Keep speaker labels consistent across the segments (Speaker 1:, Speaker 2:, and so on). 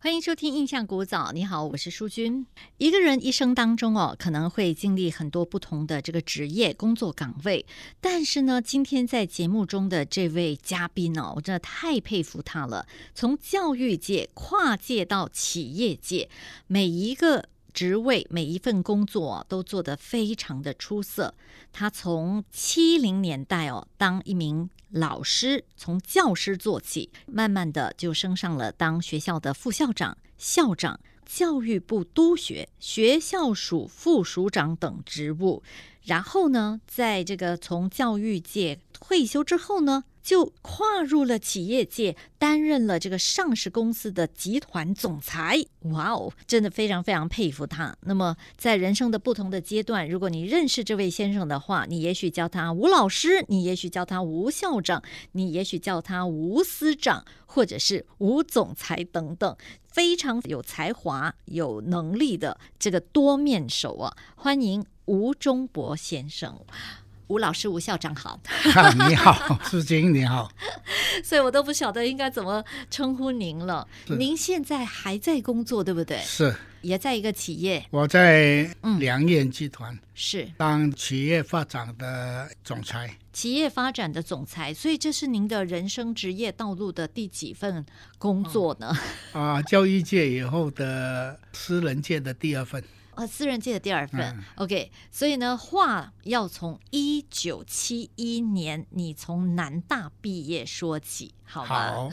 Speaker 1: 欢迎收听《印象古早》，你好，我是淑君。一个人一生当中哦，可能会经历很多不同的这个职业、工作岗位，但是呢，今天在节目中的这位嘉宾哦，我真的太佩服他了。从教育界跨界到企业界，每一个职位、每一份工作、啊、都做得非常的出色。他从七零年代哦，当一名老师，从教师做起，慢慢的就升上了当学校的副校长、校长、教育部督学、学校署副署长等职务。然后呢，在这个从教育界退休之后呢，就跨入了企业界，担任了这个上市公司的集团总裁。哇哦，真的非常非常佩服他。那么，在人生的不同的阶段，如果你认识这位先生的话，你也许叫他吴老师，你也许叫他吴校长，你也许叫他吴司长，或者是吴总裁等等。非常有才华、有能力的这个多面手啊！欢迎吴忠博先生，吴老师、吴校长好。
Speaker 2: 哈啊你好，苏金，你好。
Speaker 1: 所以我都不晓得应该怎么称呼您了。
Speaker 2: 是
Speaker 1: 您现在还在工作，对不对？
Speaker 2: 是
Speaker 1: 也在一个企业，
Speaker 2: 我在
Speaker 1: 嗯
Speaker 2: 良燕集团
Speaker 1: 是
Speaker 2: 当企业发展的总裁，
Speaker 1: 企业发展的总裁，所以这是您的人生职业道路的第几份工作呢？
Speaker 2: 啊、教育界以后的私人界的第二份，
Speaker 1: 呃，私人界的第二份、
Speaker 2: 嗯
Speaker 1: o k 所以呢，话要从一九七一年你从南大毕业说起，好吗？
Speaker 2: 好，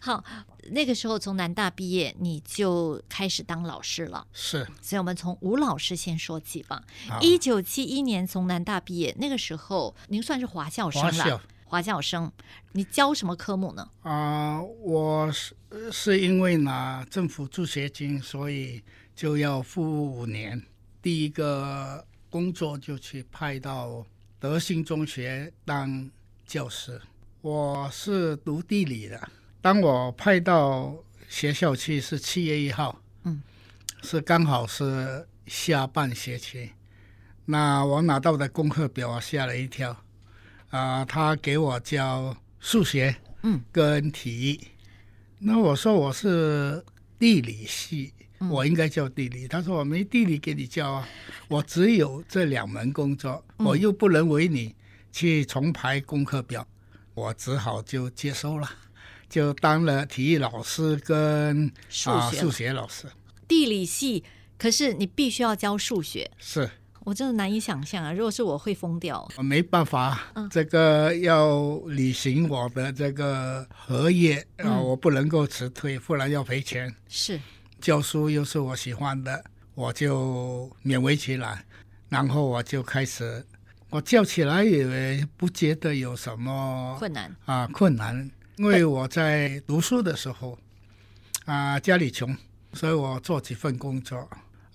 Speaker 1: 好，那个时候从南大毕业，你就开始当老师了。
Speaker 2: 是
Speaker 1: 所以我们从吴老师先说起吧。
Speaker 2: 好
Speaker 1: 一九七一年从南大毕业，那个时候您算是华校生
Speaker 2: 华校
Speaker 1: 了。华校生，你教什么科目呢？
Speaker 2: 啊、我是是因为拿政府助学金，所以就要服五年，第一个工作就去派到德兴中学当教师。我是读地理的，当我派到学校去是七月一号，
Speaker 1: 嗯，
Speaker 2: 是刚好是下半学期。那我拿到的功课表，我吓了一跳，啊、他给我教数学，
Speaker 1: 嗯，
Speaker 2: 跟体育。那我说我是地理系，我应该教地理。他说我没地理给你教啊，我只有这两门工作，我又不能为你去重排功课表，我只好就接受了，就当了体育老师跟
Speaker 1: 数
Speaker 2: 啊
Speaker 1: 学、
Speaker 2: 数学老师。
Speaker 1: 地理系，可是你必须要教数学，
Speaker 2: 是
Speaker 1: 我真的难以想象啊！如果是我会疯掉。
Speaker 2: 我没办法，这个要履行我的这个合约啊，我不能够辞退，不然要赔钱。
Speaker 1: 是，
Speaker 2: 教书又是我喜欢的，我就勉为其难，然后我就开始，我教起来也不觉得有什么
Speaker 1: 困难。
Speaker 2: 啊困难，因为我在读书的时候啊家里穷，所以我做几份工作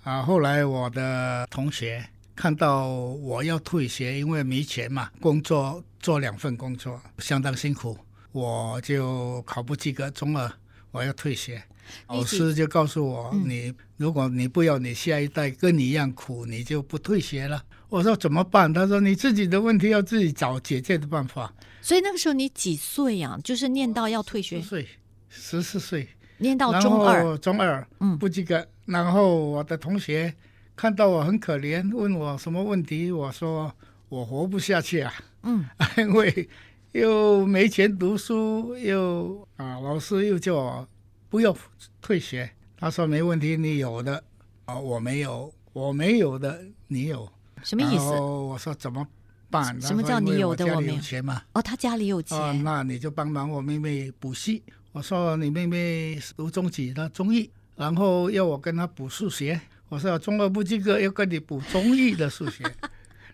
Speaker 2: 啊。后来我的同学看到我要退学，因为没钱嘛，工作做两份工作相当辛苦，我就考不及格，中二，我要退学。
Speaker 1: 你
Speaker 2: 老
Speaker 1: 几
Speaker 2: 师就告诉我，你如果你不要你下一代跟你一样苦，你就不退学了。我说怎么办？他说你自己的问题要自己找解决的办法。
Speaker 1: 所以那个时候你几岁呀、就是念到要退
Speaker 2: 十
Speaker 1: 学，
Speaker 2: 岁，十四岁，
Speaker 1: 念到
Speaker 2: 嗯然
Speaker 1: 中二。
Speaker 2: 后中二，
Speaker 1: 嗯
Speaker 2: 不及格。然后我的同学看到我很可怜，问我什么问题，我说我活不下去啊，
Speaker 1: 嗯，
Speaker 2: 因为又没钱读书，又啊，老师又叫我不要退学，他说没问题，你有的啊，我没有，我没有的你有，
Speaker 1: 什么意
Speaker 2: 然
Speaker 1: 思？
Speaker 2: 后我说怎么办？
Speaker 1: 什么
Speaker 2: 他说
Speaker 1: 叫你
Speaker 2: 因为
Speaker 1: 有
Speaker 2: 我
Speaker 1: 的
Speaker 2: 家
Speaker 1: 我
Speaker 2: 里
Speaker 1: 没有
Speaker 2: 钱嘛。
Speaker 1: 哦，他家里有钱。
Speaker 2: 啊，那你就帮忙我妹妹补习。我说你妹妹读中几，她中一，然后要我跟她补数学。我说中二不及格，要跟你补中一的数学。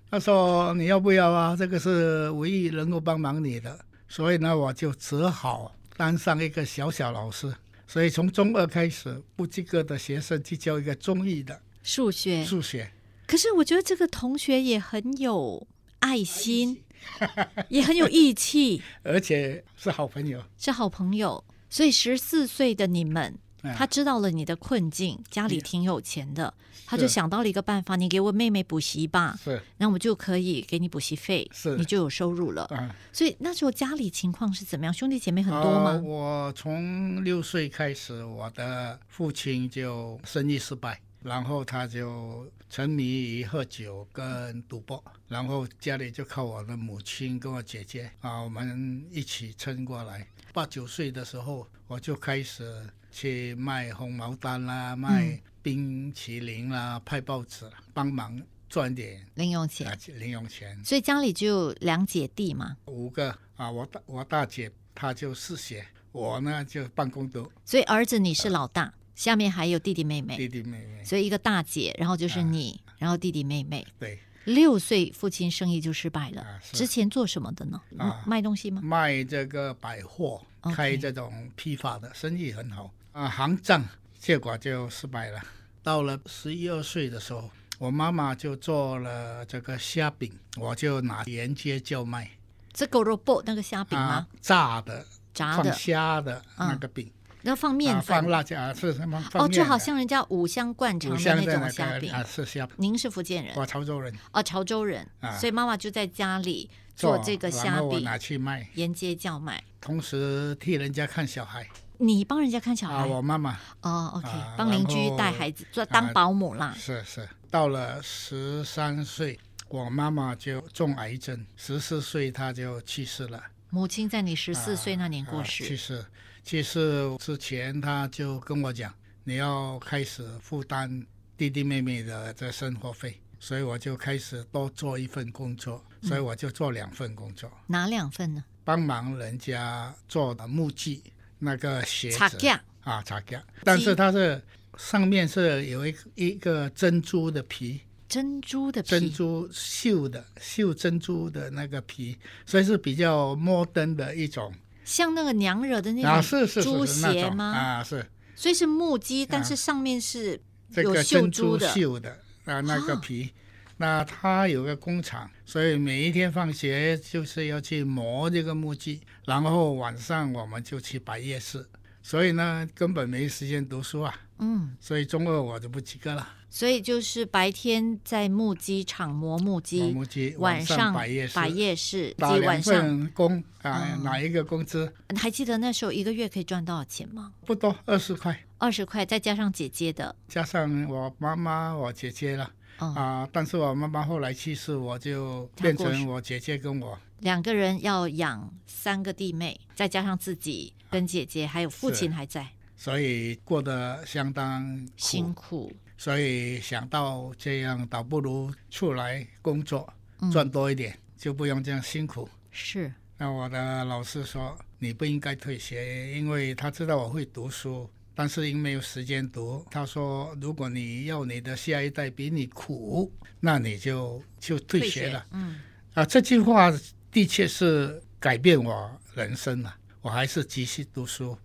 Speaker 2: 她说你要不要啊？这个是唯一能够帮忙你的，所以呢，我就只好当上一个小小老师。所以从中二开始，不及格的学生去教一个中一的
Speaker 1: 数学。
Speaker 2: 数学。
Speaker 1: 可是我觉得这个同学也很有爱心， 也很有义气，
Speaker 2: 而且是好朋友，
Speaker 1: 是好朋友。所以十四岁的你们
Speaker 2: 哎
Speaker 1: 他知道了你的困境，家里
Speaker 2: 是
Speaker 1: 挺有钱的，他就想到了一个办法，你给我妹妹补习吧，
Speaker 2: 是
Speaker 1: 那我就可以给你补习费，
Speaker 2: 是
Speaker 1: 你就有收入了。
Speaker 2: 啊，
Speaker 1: 所以那时候家里情况是怎么样？兄弟姐妹很多
Speaker 2: 呃
Speaker 1: 吗？
Speaker 2: 我从六岁开始，我的父亲就生意失败，然后他就沉迷于喝酒跟赌博，然后家里就靠我的母亲跟我姐姐啊，我们一起撑过来。八九岁的时候，我就开始去卖红毛丹啦，
Speaker 1: 嗯
Speaker 2: 卖冰淇淋啦，派报纸，帮忙赚点
Speaker 1: 零用
Speaker 2: 啊
Speaker 1: 钱，
Speaker 2: 零用钱。
Speaker 1: 所以家里就有两姐弟嘛，
Speaker 2: 五个啊，我大我大姐她就嗜血，我呢就办公桌，
Speaker 1: 所以儿子你是老大，下面还有弟弟妹妹，
Speaker 2: 弟弟啊妹妹，
Speaker 1: 所以一个大姐，然后就是你，然后弟弟妹妹。
Speaker 2: 对，
Speaker 1: 六岁，父亲生意就失败了。
Speaker 2: 啊是
Speaker 1: 之前做什么的呢？
Speaker 2: 啊
Speaker 1: 卖东西吗？
Speaker 2: 卖这个百货
Speaker 1: OK
Speaker 2: 开这种批发的生意很好啊，行账，结果就失败了。到了十一二岁的时候，我妈妈就做了这个虾饼，我就拿沿街叫卖
Speaker 1: 这狗肉布那个虾饼
Speaker 2: 啊
Speaker 1: 吗？，
Speaker 2: 炸的
Speaker 1: 炸
Speaker 2: 放
Speaker 1: 的，
Speaker 2: 虾的那个饼，
Speaker 1: 然后放面
Speaker 2: 啊，放
Speaker 1: 粉。
Speaker 2: 辣椒啊，是什么？放
Speaker 1: 哦，就
Speaker 2: 面
Speaker 1: 好
Speaker 2: 的
Speaker 1: 像人家五香灌肠
Speaker 2: 五
Speaker 1: 的
Speaker 2: 香
Speaker 1: 那
Speaker 2: 的
Speaker 1: 种
Speaker 2: 那
Speaker 1: 虾
Speaker 2: 个
Speaker 1: 饼。
Speaker 2: 啊，是虾饼，
Speaker 1: 您是福建人
Speaker 2: 我潮州人
Speaker 1: 哦，潮州人，
Speaker 2: 啊
Speaker 1: 所以妈妈就在家里做这个
Speaker 2: 然
Speaker 1: 虾
Speaker 2: 后我
Speaker 1: 饼，
Speaker 2: 拿去卖。
Speaker 1: 沿街叫卖。
Speaker 2: 同时替人家看小孩
Speaker 1: 你帮人家看小
Speaker 2: 啊，
Speaker 1: 孩
Speaker 2: 我妈妈
Speaker 1: 哦，OK，
Speaker 2: 啊
Speaker 1: 帮邻居
Speaker 2: 然后啊
Speaker 1: 带孩子做当保姆啦。
Speaker 2: 是是，到了十三岁，我妈妈就中癌症，十四岁她就去世了。
Speaker 1: 母亲在你十四岁那年过
Speaker 2: 啊去
Speaker 1: 世，
Speaker 2: 世，去世之前，她就跟我讲，你要开始负担弟弟妹妹的这生活费，所以我就开始多做一份工作，所以我就做两份工作，
Speaker 1: 哪两份呢？
Speaker 2: 帮忙人家做的木屐那个鞋
Speaker 1: 差
Speaker 2: 子。
Speaker 1: 价
Speaker 2: 啊，茶架，但是它是上面是有一个一个珍珠的皮，
Speaker 1: 珍珠的
Speaker 2: 珍
Speaker 1: 皮，
Speaker 2: 珠绣的绣珍珠的那个皮，所以是比较摩登的一种
Speaker 1: 像那个娘惹的那
Speaker 2: 啊，
Speaker 1: 种
Speaker 2: 是是
Speaker 1: 猪
Speaker 2: 是是那
Speaker 1: 鞋
Speaker 2: 种
Speaker 1: 吗？
Speaker 2: 啊，是
Speaker 1: 所以是木屐，但是上面是
Speaker 2: 这
Speaker 1: 有
Speaker 2: 个
Speaker 1: 绣
Speaker 2: 珍珠
Speaker 1: 的。
Speaker 2: 绣的啊那个
Speaker 1: 啊
Speaker 2: 皮。那它有个工厂，所以每一天放学就是要去磨这个木屐，然后晚上我们就去摆夜市，所以呢根本没时间读书啊，
Speaker 1: 嗯，
Speaker 2: 所以中二我就不及格了。
Speaker 1: 所以就是白天在木屐厂磨木
Speaker 2: 我
Speaker 1: 屐，
Speaker 2: 母鸡
Speaker 1: 晚
Speaker 2: 上
Speaker 1: 上
Speaker 2: 摆夜市，
Speaker 1: 摆夜市，
Speaker 2: 打
Speaker 1: 及晚
Speaker 2: 两
Speaker 1: 上。
Speaker 2: 份工啊，
Speaker 1: 嗯
Speaker 2: 拿一个工资
Speaker 1: 还记得那时候一个月可以赚多少钱吗？
Speaker 2: 不多，二十块，
Speaker 1: 二十块，再加上姐姐的，
Speaker 2: 加上我妈妈、我姐姐了
Speaker 1: 嗯，
Speaker 2: 啊。但是我妈妈后来去世，我就变
Speaker 1: 她过世
Speaker 2: 成我姐姐跟我
Speaker 1: 两个人要养三个弟妹，再加上自己跟姐姐，还有父亲还在，
Speaker 2: 所以过得相当
Speaker 1: 辛
Speaker 2: 苦，
Speaker 1: 苦。
Speaker 2: 所以想到这样，倒不如出来工作
Speaker 1: 嗯
Speaker 2: 赚多一点，就不用这样辛苦。
Speaker 1: 是，
Speaker 2: 那我的老师说你不应该退学，因为他知道我会读书，但是因为没有时间读。他说，如果你要你的下一代比你苦，那你就就退学了。
Speaker 1: 嗯，
Speaker 2: 啊。这句话的确是改变我人生了。我还是继续读书，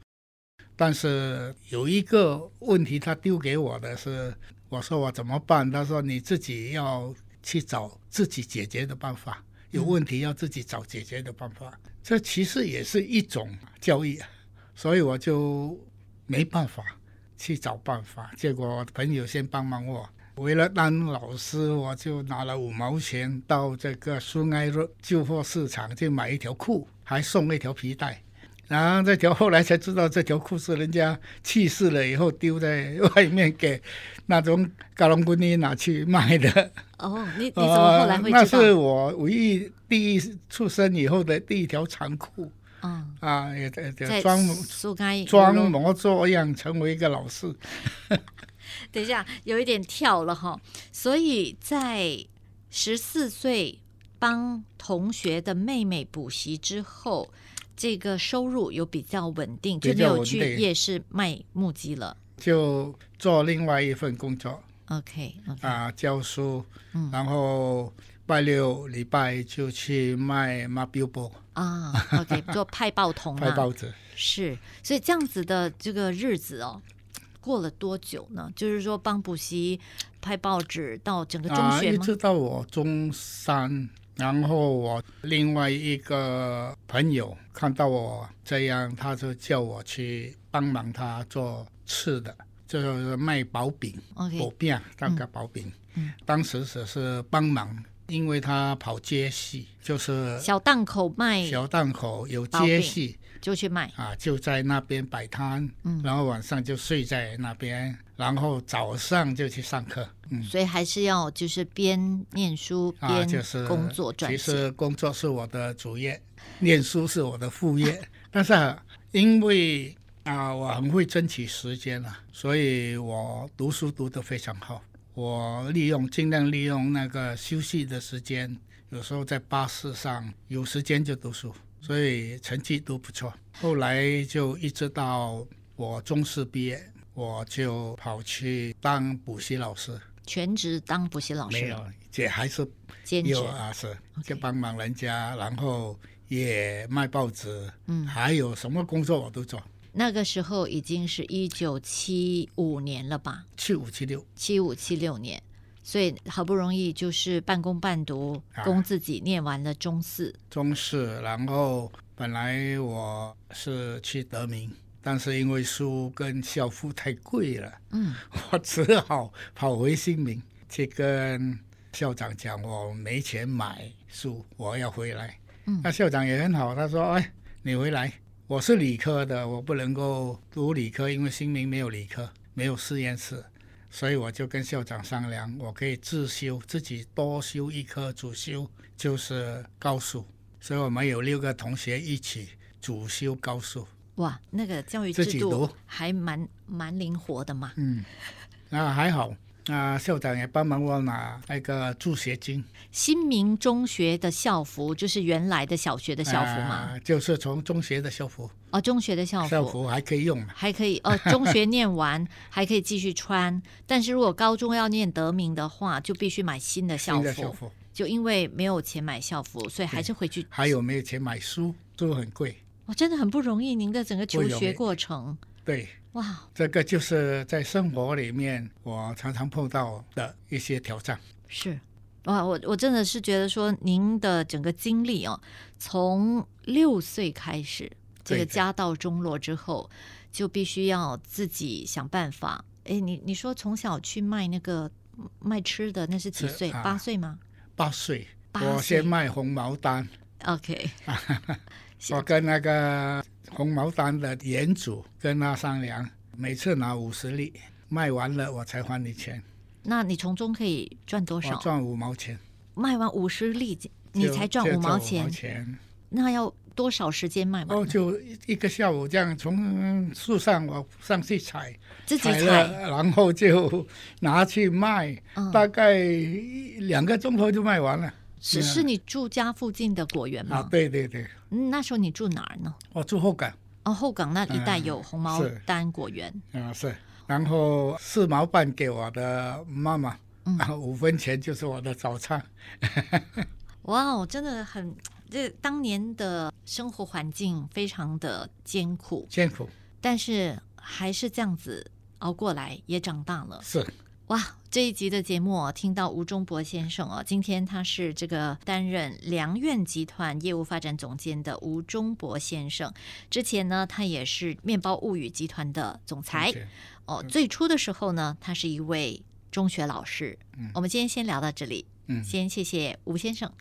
Speaker 2: 但是有一个问题他丢给我的是，我说我怎么办？他说你自己要去找自己解决的办法，有问题要自己找解决的办法。这其实也是一种教育，啊所以我就没办法去找办法。结果朋友先帮忙我。为了当老师，我就拿了五毛钱到这个苏埃路旧货市场去买一条裤，还送了一条皮带。然后这条后来才知道，这条裤是人家去世了以后丢在外面给那种嘎隆姑尼拿去卖的。
Speaker 1: 哦， 你你怎么后来会
Speaker 2: 呃那
Speaker 1: 知道？
Speaker 2: 是我唯一第一出生以后的第一条长裤
Speaker 1: 嗯，
Speaker 2: 啊，也也
Speaker 1: 在
Speaker 2: 也装
Speaker 1: 苏该
Speaker 2: 装模作样成为一个老师。
Speaker 1: 等一下，有一点跳了哈。所以在十四岁帮同学的妹妹补习之后，这个收入有比较稳定，就
Speaker 2: 比
Speaker 1: 没
Speaker 2: 较
Speaker 1: 有
Speaker 2: 稳定
Speaker 1: 去夜市卖木屐了。
Speaker 2: 就做另外一份工作
Speaker 1: OK OK，、
Speaker 2: 啊，教书，
Speaker 1: 嗯
Speaker 2: 然后拜六礼拜就去卖马标包
Speaker 1: 啊，OK，做派报 童啊
Speaker 2: 拍
Speaker 1: 嘛，
Speaker 2: 报纸。
Speaker 1: 是，所以这样子的这个日子哦，过了多久呢？就是说帮补习、拍报纸到整个中
Speaker 2: 啊，
Speaker 1: 学
Speaker 2: 一
Speaker 1: 吗？
Speaker 2: 直到我中三啊然后我另外一个朋友看到我这样，他就叫我去帮忙他做吃的，就是卖薄饼、薄
Speaker 1: OK，
Speaker 2: 饼那个薄饼。
Speaker 1: 嗯
Speaker 2: 当时只是帮忙，因为他跑街戏，就是
Speaker 1: 小档口卖
Speaker 2: 小档口有街戏
Speaker 1: 就去卖，
Speaker 2: 啊，就在那边摆摊，
Speaker 1: 嗯
Speaker 2: 然后晚上就睡在那边，然后早上就去上课。嗯，
Speaker 1: 所以还是要就是边念书
Speaker 2: 啊，
Speaker 1: 边
Speaker 2: 就是
Speaker 1: 工作赚
Speaker 2: 其
Speaker 1: 钱。
Speaker 2: 实工作是我的主业， 念书是我的副业。 但是啊因为啊、我很会争取时间啊，所以我读书读得非常好。我利用尽量利用那个休息的时间，有时候在巴士上有时间就读书，所以成绩都不错。后来就一直到我中四毕业，我就跑去当补习老师，
Speaker 1: 全职当补习老
Speaker 2: 没
Speaker 1: 师，
Speaker 2: 有，这还是
Speaker 1: 兼职
Speaker 2: 有啊，是
Speaker 1: OK
Speaker 2: 就帮忙人家，然后也卖报纸，
Speaker 1: 嗯
Speaker 2: 还有什么工作我都做，
Speaker 1: 那个时候已经是一九七五年了吧，
Speaker 2: 七五七六
Speaker 1: 七五七六年，所以好不容易就是半工半读，
Speaker 2: 啊
Speaker 1: 供自己念完了中四，
Speaker 2: 中式，然后本来我是去德明，但是因为书跟校服太贵了，
Speaker 1: 嗯，
Speaker 2: 我 只好跑回新民去跟校长讲，我没钱买书，我要回来。
Speaker 1: 嗯
Speaker 2: 那校长也很好，他说：“哎，你回来，我是理科的，我不能够读理科，因为新民没有理科，没有实验室，所以我就跟校长商量，我可以自修，自己多修一科主修，就是高数。所以我们有六个同学一起主修高数。
Speaker 1: 哇，那个教育
Speaker 2: 自
Speaker 1: 制
Speaker 2: 己
Speaker 1: 度
Speaker 2: 读
Speaker 1: 还蛮蛮灵活的嘛，
Speaker 2: 嗯，那还好。”那校长也帮忙我拿那个助学金，
Speaker 1: 新民中学的校服就是原来的小学的校服嘛，
Speaker 2: 啊就是从中学的校服，
Speaker 1: 哦，中学的校服。
Speaker 2: 校服还可以用嘛。
Speaker 1: 还可以 哦，中学念完还可以继续穿，但是如果高中要念德明的话，就必须买新的校
Speaker 2: 新
Speaker 1: 服。
Speaker 2: 的校服，
Speaker 1: 就因为没有钱买校服，所以还是回去。
Speaker 2: 还有没有钱买书？书很贵。
Speaker 1: 哇，真的很不容易，您的整个求学过程，
Speaker 2: 对，
Speaker 1: 哇，
Speaker 2: 这个就是在生活里面我常常碰到的一些挑战。
Speaker 1: 是哇，我我真的是觉得说您的整个经历哦，从六岁开始，这
Speaker 2: 对
Speaker 1: 个
Speaker 2: 对
Speaker 1: 家道中落之后，就必须要自己想办法。哎，你你说从小去卖那个卖吃的，那是几
Speaker 2: 是
Speaker 1: 岁？
Speaker 2: 啊
Speaker 1: 八岁吗
Speaker 2: 八岁，
Speaker 1: 八岁
Speaker 2: 我先卖红毛丹，
Speaker 1: ？OK，是
Speaker 2: 我跟那个红毛丹的园主跟他商量，每次拿五十粒，卖完了我才还你钱，
Speaker 1: 那你从中可以赚多
Speaker 2: 我
Speaker 1: 少？
Speaker 2: 哦赚五毛钱，
Speaker 1: 卖完五十粒，你
Speaker 2: 就
Speaker 1: 才赚
Speaker 2: 就
Speaker 1: 五毛
Speaker 2: 五毛
Speaker 1: 钱，
Speaker 2: 钱
Speaker 1: 那要多少时间卖完？
Speaker 2: 哦，就一一个下午这样从树上我上去采，
Speaker 1: 自己采，
Speaker 2: 了，然后就拿去卖，
Speaker 1: 嗯，
Speaker 2: 大概一两个钟头就卖完了。
Speaker 1: 只是你住家附近的果园
Speaker 2: 嗯啊，
Speaker 1: 吗？
Speaker 2: 对对对，
Speaker 1: 嗯那时候你住哪儿呢？
Speaker 2: 我住后港
Speaker 1: 哦，后港那一带
Speaker 2: 嗯
Speaker 1: 有红毛
Speaker 2: 是
Speaker 1: 丹果园，
Speaker 2: 啊是，然后四毛半给我的妈妈，
Speaker 1: 嗯
Speaker 2: 啊五分钱就是我的早餐。
Speaker 1: 哇哦，真的很，这当年的生活环境非常的艰苦，
Speaker 2: 艰苦
Speaker 1: 但是还是这样子熬过来，也长大了。
Speaker 2: 是
Speaker 1: 哇，这一集的节目、哦、听到吴忠博先生哦，今天他是这个担任良苑集团业务发展总监的吴忠博先生，之前呢他也是面包物语集团的总裁。哦，最初的时候呢，他是一位中学老师。
Speaker 2: 嗯
Speaker 1: 我们今天先聊到这里，
Speaker 2: 嗯，
Speaker 1: 先谢谢吴先生，